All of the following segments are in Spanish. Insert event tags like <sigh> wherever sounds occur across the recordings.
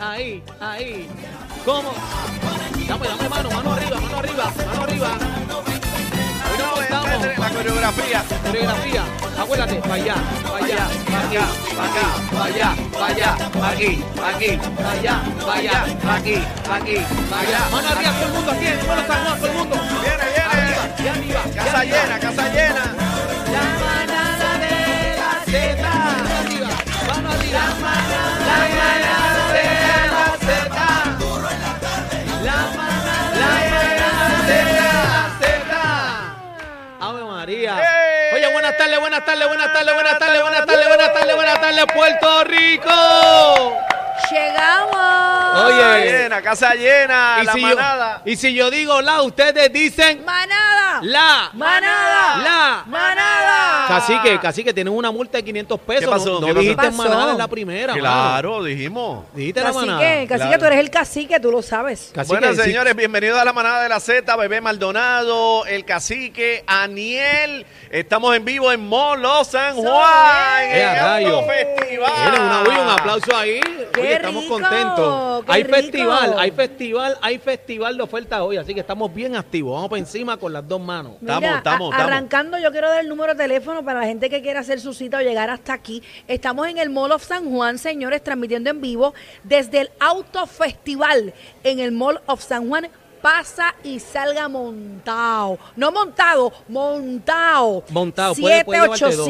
ahí, ahí. ¿Cómo? Dame, dame mano, mano arriba, mano arriba, mano arriba. Hoy nos cortamos. La coreografía. Coreografía, acuérdate, para allá, para allá, para aquí, para acá, para allá, para allá, para aquí, para aquí, para allá, para allá, para aquí, para aquí, para allá. Mano arriba, todo el mundo aquí, en el pueblo San Juan, todo el mundo. Viene, viene. Arriba, y arriba, y Casa arriba. llena, casa llena. La manada de la Z. Mano arriba, mano arriba. La manada de la Z. La manada de la Z. Ave María. ¡Ey! Oye, buenas tardes, buenas tardes, buenas tardes, buenas tardes, buenas tardes, buenas tardes, buenas tardes, Puerto Rico. Llegamos. Casa Oye. llena, casa llena. Y la si yo- manada. y si yo digo la, ustedes dicen Manada. la. Manada. La. Manada. Cacique, cacique, tienen una multa de 500 pesos. ¿Qué pasó? ¿Qué No, no pasó? dijiste Pasó. manada en la primera. mano. claro, dijimos. Dijiste la manada. Cacique, cacique, Claro. tú eres el cacique, tú lo sabes. Cacique, Buenas, sí. señores, bienvenidos a la manada de la Z, Bebé Maldonado, el cacique, Aniel. Estamos en vivo en Molo San Juan, ¡Eh, en a rayo! Auto Festival. Miren, una bulla, un aplauso ahí. Ah. ¡Qué Oye, estamos rico! contentos. ¡Qué hay rico! festival, hay festival, hay festival de ofertas hoy, así que estamos bien activos. Vamos por encima con las dos manos. Mira, Estamos, a- estamos, estamos. arrancando, yo quiero dar el número de teléfono para la gente que quiera hacer su cita o llegar hasta aquí. Estamos en el Mall of San Juan, señores, transmitiendo en vivo desde el Auto Festival en el Mall of San Juan. Pasa y salga montado. No montado, montado. Montado, puede- puede llevarte dos.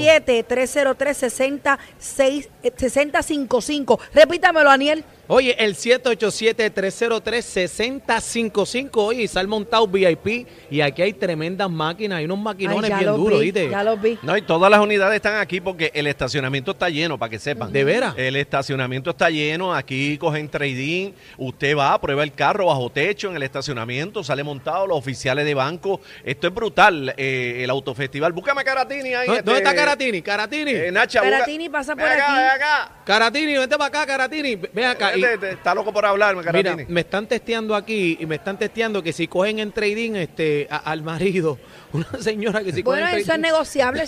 787-303-6055. Repítamelo, Daniel. Oye, el 787-303-6055. Oye, y sal montado VIP. Y aquí hay tremendas máquinas. Hay unos maquinones Ay, ya bien los duros, vi, ¿viste? Ya los vi. No, y todas las unidades están aquí porque el estacionamiento está lleno, para que sepan. ¿De veras? El estacionamiento está lleno, aquí cogen trading, usted va, prueba el carro bajo techo en el estacionamiento, sale montado, los oficiales de banco. Esto es brutal, eh, el autofestival. Búscame a Caratini ahí. ¿Dó- este, ¿Dónde está Caratini? Caratini. eh, Nacha, busca- Caratini pasa Ven por acá, aquí. ven acá. Caratini, vente para acá, Caratini. Ven acá. Y- Este, este, está loco por hablarme, Mira, Caratini. me están testeando aquí y me están testeando que si cogen en trading este, a- al marido, <laughs> una señora que si cogen Bueno, en eso es trading, negociable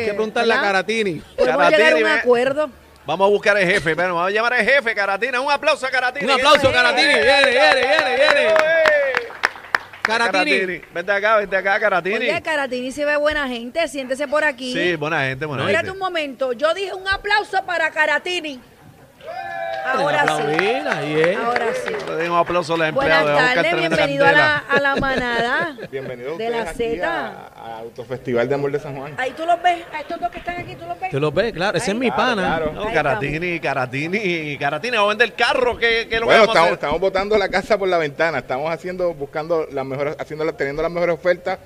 <laughs> hay que preguntarle a ¿verdad? Caratini. Podemos Caratini, llegar a un ve. acuerdo. Vamos a buscar al jefe, bueno, vamos a llamar al jefe, Caratini. Un aplauso a Caratini. Un aplauso, Caratini. Viene, viene, viene, viene. Caratini. Caratini. Vente acá, vente acá, Caratini. Oye, Caratini se ve buena gente, siéntese por aquí. Sí, buena gente, buena Espérate gente. un momento, yo dije un aplauso para Caratini. Ahora sí, Aplaudir, ahí es. ahora sí. Le dimos aplauso a los Buenas empleados. de Oscar tardes, Tremenda bienvenido a la, Candela. a <laughs> la manada Bienvenido de la ustedes aquí Z. a- a Autofestival de Amor de San Juan. Ahí tú los ves, a estos dos que están aquí, tú los ves. Tú lo ves, claro, ese es mi Claro, pana. claro. No, Caratini, Caratini, Caratini, vamos a vender el carro, que, que lo que Bueno, vamos a estamos, hacer. estamos botando la casa por la ventana. Estamos haciendo, buscando las mejores, haciendo, las- teniendo las mejores ofertas.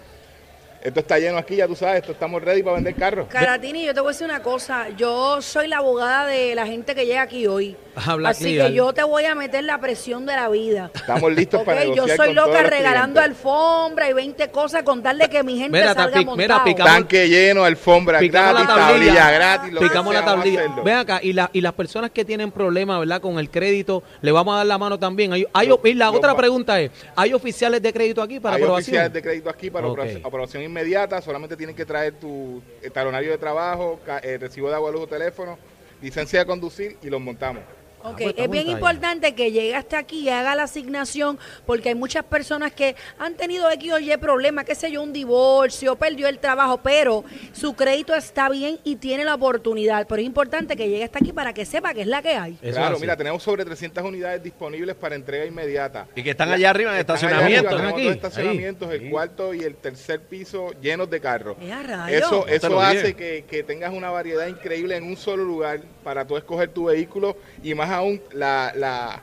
Esto está lleno aquí, ya tú sabes. Esto estamos ready para vender carros. Caratini, yo te voy a decir una cosa. Yo soy la abogada de la gente que llega aquí hoy. Ah, Black así Legal. que yo te voy a meter la presión de la vida. Estamos listos para Ok, yo negociar soy con todos loca los regalando clientes. alfombra y 20 cosas con darle que mi gente Mira, salga tapi- montada. mira, picamos- Tanque lleno, alfombra Picamos gratis, la tablilla. tablilla gratis. lo que Picamos sea, la vamos a tablilla. hacerlo. Ven acá, y, la- y las personas que tienen problemas, ¿verdad? Con el crédito, le vamos a dar la mano también. Hay, hay- y la Los- los otra ba- pregunta es, ¿hay oficiales de crédito aquí para Hay aprobación? oficiales de crédito aquí para Ok. aprobación- aprobación inmediata, solamente tienen que traer tu eh, talonario de trabajo, ca- eh, recibo de agua, luz o teléfono, licencia de conducir y los montamos. Ok, pues está es bien montada. importante que llegue hasta aquí y haga la asignación porque hay muchas personas que han tenido X o Y problemas, qué sé yo, un divorcio, perdió el trabajo, pero su crédito está bien y tiene la oportunidad. Pero es importante que llegue hasta aquí para que sepa que es la que hay. Eso es claro, así. mira, tenemos sobre 300 unidades disponibles para entrega inmediata. Y que están allá arriba en el Están allá estacionamiento. arriba, tenemos aquí, dos ahí, estacionamientos, el cuarto y el tercer piso llenos de carros. ¡Eh, a rayos! Eso, te lo eso dije. hace que, que tengas una variedad increíble en un solo lugar para tú escoger tu vehículo y más aún la, la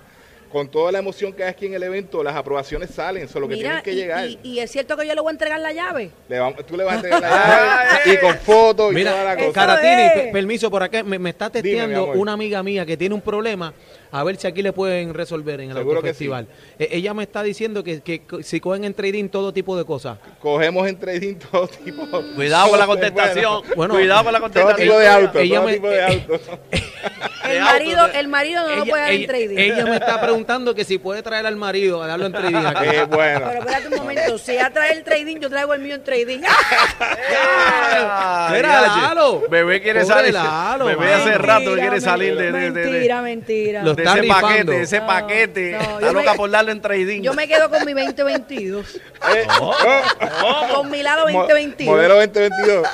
con toda la emoción que hay aquí en el evento, las aprobaciones salen, solo que Mira, tienes que y- llegar. y- y es cierto que yo le voy a entregar la llave. Le vamos- tú le <laughs> vas a entregar la llave y con <laughs> fotos y toda la Mira, cosa. cara- Caratini, es. pe- permiso por acá, me, me está Dime, mi testeando amor. una amiga mía que tiene un problema, a ver si aquí le pueden resolver en el Seguro que autofestival. Eh, ella me está diciendo que, que co- si cogen en trading todo tipo de cosas. Cogemos en trading todo Mm. tipo. Cuidado con la <laughs> Bueno, contestación. Bueno, cuidado con la todo contestación. tipo de <laughs> autos, Ella todo me- tipo de autos. El autos, marido, de- el marido no lo puede dar en trading. ella me está preguntando que si puede traer al marido a darlo en <laughs> trading acá. Qué Eh, bueno. Pero espérate un momento, si ella trae el trading, yo traigo el mío en <laughs> trading. ¡Ah! Mira, Yache. Lalo. Bebé quiere Pobre salir. Lalo, Bebé mano. hace rato que quiere Mentira, salir de, de- de- de- Mentira, mentira. Los- de Está ese rifando. paquete, de ese No, paquete. no, Está yo loca me- por darle en trading. Yo me quedo con mi 2022. Eh, oh, Con mi lado Mo- 2022. Modelo 2022.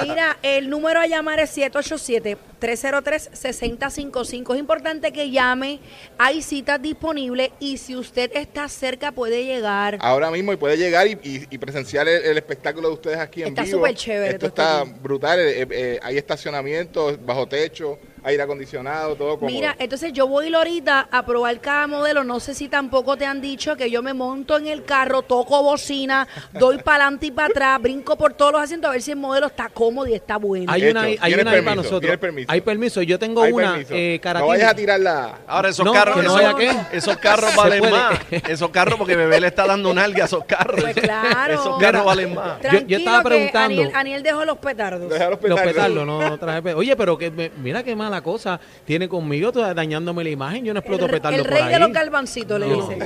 Mira, el número a llamar es 787-303-6055. Es importante que llame. Hay citas disponibles y si usted está cerca puede llegar. Ahora mismo y puede llegar y, y- y presenciar el, el espectáculo de ustedes aquí en Está vivo. súper chévere Esto todo esto está aquí. brutal. eh, eh, hay estacionamiento, bajo techo, aire acondicionado, todo como. Mira, eh, entonces yo voy ahorita a probar cada modelo. No sé si tampoco te han dicho que yo me monto en el carro, toco bocina, doy para adelante y para atrás, brinco por todos los asientos a ver si el modelo está cómodo y está bueno. Hecho. Hay una, hay una Tienes ahí para permiso, nosotros. tienes permiso. Hay permiso. Yo tengo Hay una permiso. eh, no caratina. vayas a tirar la. Ahora esos No, carros, que no esos, haya qué. esos carros Se valen puede. más. Esos carros porque bebé le está dando nalga a esos carros. <laughs> Pues claro. Esos Mira, carros valen más. Yo- yo estaba que preguntando. Aniel, Aniel dejó los petardos. Deja los Los petardos. petardos, no, no traje pe- Oye, pero que me- mira qué mala cosa tiene conmigo, tú dañándome la imagen. Yo no exploto El, re- petardos el por rey de ahí. los galvancitos le No. dice.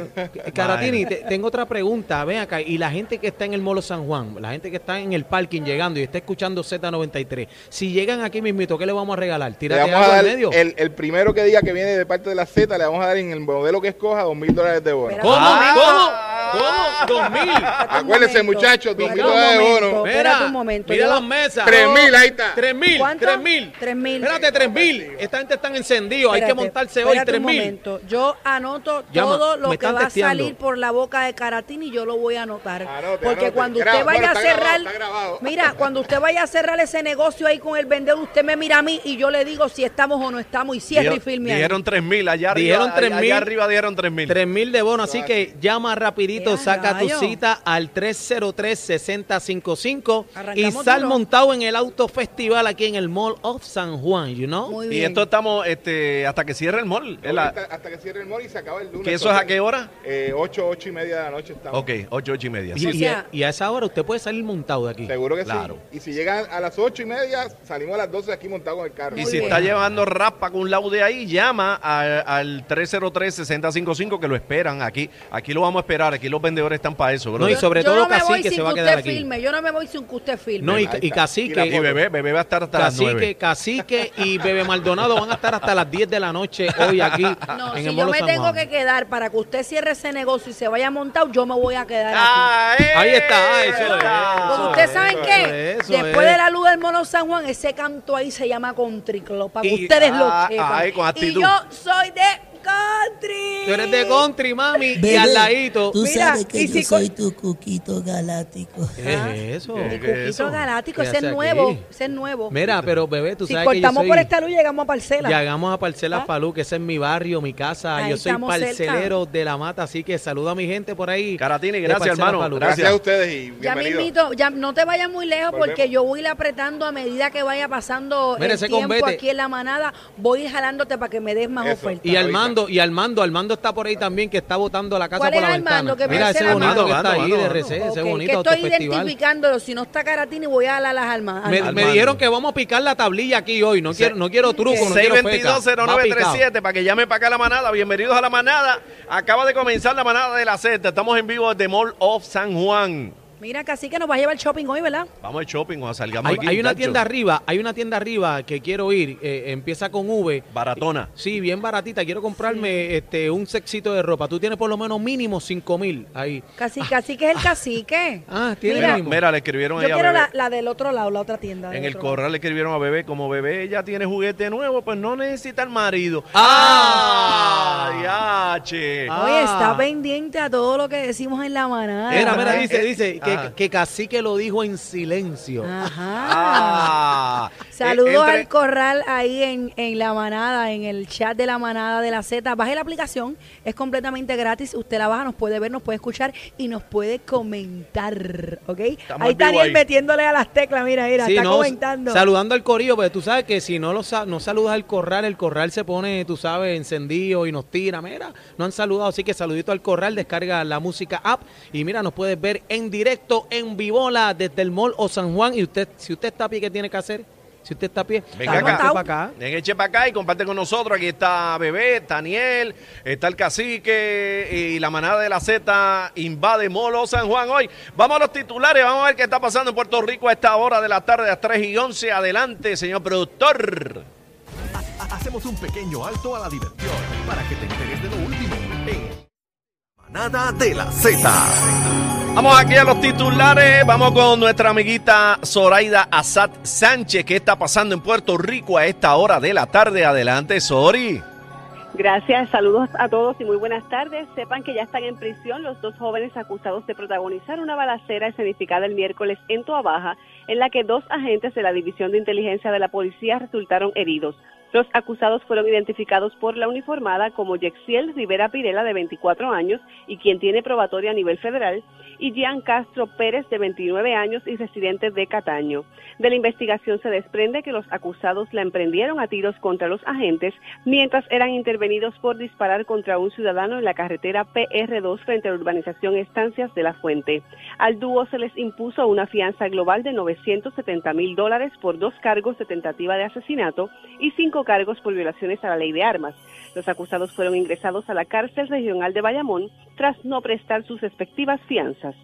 Caratini, te- tengo otra pregunta. Ven acá, y la gente que está en el Molo San Juan, la gente que está en el parking llegando y está escuchando Z93, si llegan aquí mismito, ¿qué le vamos a regalar? Le Tírate vamos algo a al dar medio. el, el primero que diga que viene de parte de la Z, le vamos a dar en el modelo que escoja dos mil dólares de bono. Espera. ¿Cómo? Ah. ¿Cómo? ¿Cómo? ¿2000? Espérate un Acuérdense, momento. muchachos, dos mil Espérate un dólares de momento, bono. Espérate un momento. mira Yo- las mesas. Tres mil, ahí está. 3000, ¿Cuánto? 3000. Tres mil. Espérate, 3000. Esta gente está encendida, hay que Espérate, montarse hoy espérate un 3000. momento. Yo anoto Llama, todo me lo que están va testeando. a salir por la boca de Caratini y yo lo voy a anotar. Anote, Porque anote. cuando Graba- usted vaya bueno, a está grabado, cerrar, está grabado. mira, cuando usted vaya a cerrar ese negocio ahí con el vendedor, usted me mira a mí y yo le digo si estamos o no estamos y cierro y Dijeron, firme ahí. dijeron 3.000 allá arriba. Dijeron allá- 3.000. Allá arriba dieron 3.000. 3000 de bono, así que llama rapidito, ¡Ea, saca rayo! tu cita al 303-6055 y Arrancamos sal duro. montado en el auto festival aquí en el Mall of San Juan, you know? Muy Y bien. esto estamos este, hasta que cierre el mall. Es la- Hasta, hasta que cierre el mall y se acaba el lunes. ¿Que eso es a qué hora? Eh, ocho, ocho y media de la noche estamos. Ok, 8, 8 y media. Y, Sí, o y- sea- y a esa hora usted puede salir montado de aquí. Seguro que Claro. sí. Y si llegan a las ocho y media, salimos a las 12 de aquí montados con el carro. Y Muy si bien. está llevando rapa con un laude ahí, llama al, al 303-6055 que lo esperan aquí. Aquí lo vamos a esperar, aquí los vendedores están para eso. No, brother. y sobre yo todo no me voy Cacique sin se va a que quedar usted aquí. firme, yo no me voy sin que usted firme. No, y, Ahí y está. Y y Cacique, bebé, bebé va a estar hasta las 9. Cacique, Cacique y Bebe Maldonado van a estar hasta las 10 de la noche hoy aquí <laughs> No, en si el yo Molo me San tengo Juan. que quedar para que usted cierre ese negocio y se vaya montado, yo me voy a quedar aquí. Ahí está, ah, eso es, eso Porque es, ustedes saben eso que es, eso después es. de la luz del mono San Juan, ese canto ahí se llama country club, para que Y- ustedes lo ah, sepan. ay, con actitud. Y yo soy de country. Tú eres de country, mami, y Bebé, al ladito. Tú Mira, sabes y que yo si co- soy tu cuquito galáctico. ¿Qué es eso? Ah, El ¿Qué es cuquito eso? galáctico, ¿Qué ese es hace nuevo, aquí? ese es nuevo. Mira, pero bebé, tú si sabes que yo cortamos soy... por esta luz, llegamos a parcela. Llegamos a Parcelas ¿Ah? Palú, que ese es mi barrio, mi casa. Ahí Yo soy estamos cerca. parcelero de la mata, así que saluda a mi gente por ahí. Caratini, de gracias, Parcelas hermano. Palú. Gracias Gracias. a ustedes y Ya me bienvenidos. invito, ya no te vayas muy lejos porque Volvemos. yo voy a ir apretando a medida que vaya pasando Mira, el ese tiempo convete. aquí en la manada, voy a ir jalándote para que me des más Eso. ofertas. Y Armando, y Armando, Armando está por ahí también, que está botando la casa ¿Cuál por la es ventana. Armando? Que Mira parece ese la bonito mano. que está ahí de Armando, RC, ese bonito Ok, este que estoy autofestival. identificándolo, si no está Caratini voy a alar las almas. Me, me Armando. dijeron que vamos a picar la tablilla aquí hoy. No quiero, no quiero truco, no quiero feca. Va picado. 622-0937 para que llame para acá la manada. Bienvenidos a la manada. Acaba de comenzar la manada de la Z. Estamos en vivo desde Mall of San Juan. Mira, casi que nos va a llevar shopping hoy, ¿verdad? Vamos al shopping, o salgamos Hay, aquí, hay una muchachos. tienda arriba, hay una tienda arriba que quiero ir. eh, empieza con V. baratona. Sí, bien baratita. Quiero comprarme este un sexito de ropa. Tú tienes por lo menos mínimo 5 mil ahí. Casi, casi que es el cacique. Ah, tiene Mira, mínimo. Mira, le escribieron Yo ahí a quiero Bebé. la, la del otro lado, la otra tienda. del En el otro lado. corral le escribieron a Bebé, como Bebé ya tiene juguete nuevo, pues no necesita el marido. ¡Ah! ¡Ay, ache! Ah. Oye, está pendiente a todo lo que decimos en la manada. Mira, mira, eh, dice, eh, dice ajá. que, que Cacique lo dijo en silencio. Ah. Ajá. ¡Ah! Saludos Eh, entre- al corral ahí en, en la manada, en el chat de la manada de la Z. Baje la aplicación, es completamente gratis. Usted la baja, nos puede ver, nos puede escuchar y nos puede comentar. ¿Ok? ahí en vivo está Daniel ahí. metiéndole a las teclas, mira, mira, Sí, está no, comentando. Saludando al corillo, pero tú sabes que si no lo sa- no saludas al corral, el corral se pone, tú sabes, encendido y nos tira. Mira, no han saludado, así que saludito al corral, descarga la música app y mira, nos puedes ver en directo en Vivola desde el Mall o San Juan y usted si usted está a pie, ¿qué tiene que hacer? Si usted está a pie, Venga arranque acá. pa' acá. Venga, eche para acá y comparte con nosotros. Aquí está Bebé, está Daniel, está el cacique y la manada de la Z invade Molo San Juan hoy. Vamos a los titulares, vamos a ver qué está pasando en Puerto Rico a esta hora de la tarde, a las 3 y 11. Adelante, señor productor. Hacemos un pequeño alto a la diversión para que te enteres de lo último en Manada de la Z. Vamos aquí a los titulares, vamos con nuestra amiguita Zoraida Azad Sánchez. ¿Qué está pasando en Puerto Rico a esta hora de la tarde? Adelante, Sori. Gracias, saludos a todos y muy buenas tardes. Sepan que ya están en prisión los dos jóvenes acusados de protagonizar una balacera escenificada el miércoles en Toa Baja, en la que dos agentes de la División de Inteligencia de la Policía resultaron heridos. Los acusados fueron identificados por la uniformada como Yexiel Rivera Pirela, de 24 años y quien tiene probatoria a nivel federal, y Gian Castro Pérez, de 29 años y residente de Cataño. De la investigación se desprende que los acusados la emprendieron a tiros contra los agentes mientras eran intervenidos por disparar contra un ciudadano en la carretera PR2 frente a la urbanización Estancias de la Fuente. Al dúo se les impuso una fianza global de 970 mil dólares por dos cargos de tentativa de asesinato y cinco cargos por violaciones a la ley de armas. Los acusados fueron ingresados a la cárcel regional de Bayamón tras no prestar sus respectivas fianzas.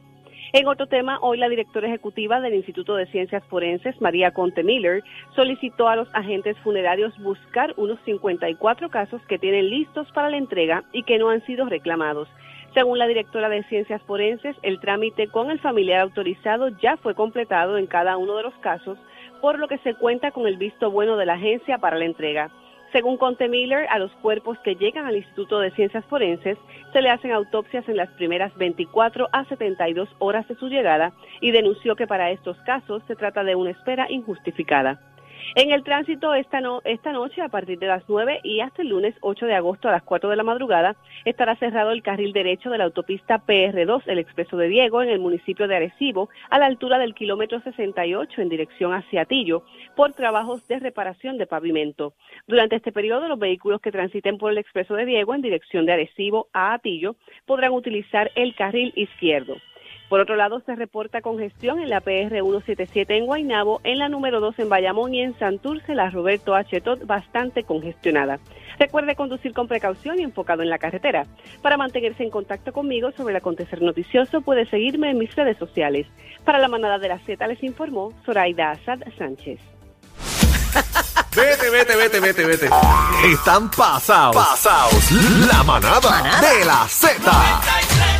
En otro tema, hoy la directora ejecutiva del Instituto de Ciencias Forenses, María Conte Miller, solicitó a los agentes funerarios buscar unos 54 casos que tienen listos para la entrega y que no han sido reclamados. Según la directora de Ciencias Forenses, el trámite con el familiar autorizado ya fue completado en cada uno de los casos, por lo que se cuenta con el visto bueno de la agencia para la entrega. Según Conte Miller, a los cuerpos que llegan al Instituto de Ciencias Forenses se le hacen autopsias en las primeras 24 a 72 horas de su llegada y denunció que para estos casos se trata de una espera injustificada. En el tránsito esta, no- esta noche a partir de las 9 y hasta el lunes 8 de agosto a las 4 de la madrugada estará cerrado el carril derecho de la autopista PR2, el expreso de Diego, en el municipio de Arecibo, a la altura del kilómetro 68 en dirección hacia Atillo, por trabajos de reparación de pavimento. Durante este periodo, los vehículos que transiten por el expreso de Diego en dirección de Arecibo a Atillo podrán utilizar el carril izquierdo. Por otro lado, se reporta congestión en la PR 177 en Guaynabo, en la número 2 en Bayamón y en Santurce, la Roberto H. Todd, bastante congestionada. Recuerde conducir con precaución y enfocado en la carretera. Para mantenerse en contacto conmigo sobre el acontecer noticioso, puede seguirme en mis redes sociales. Para la manada de la Z les informó Zoraida Asad Sánchez. Vete, vete, vete, vete, vete. Están pasados. Pasados. La manada, de la Z.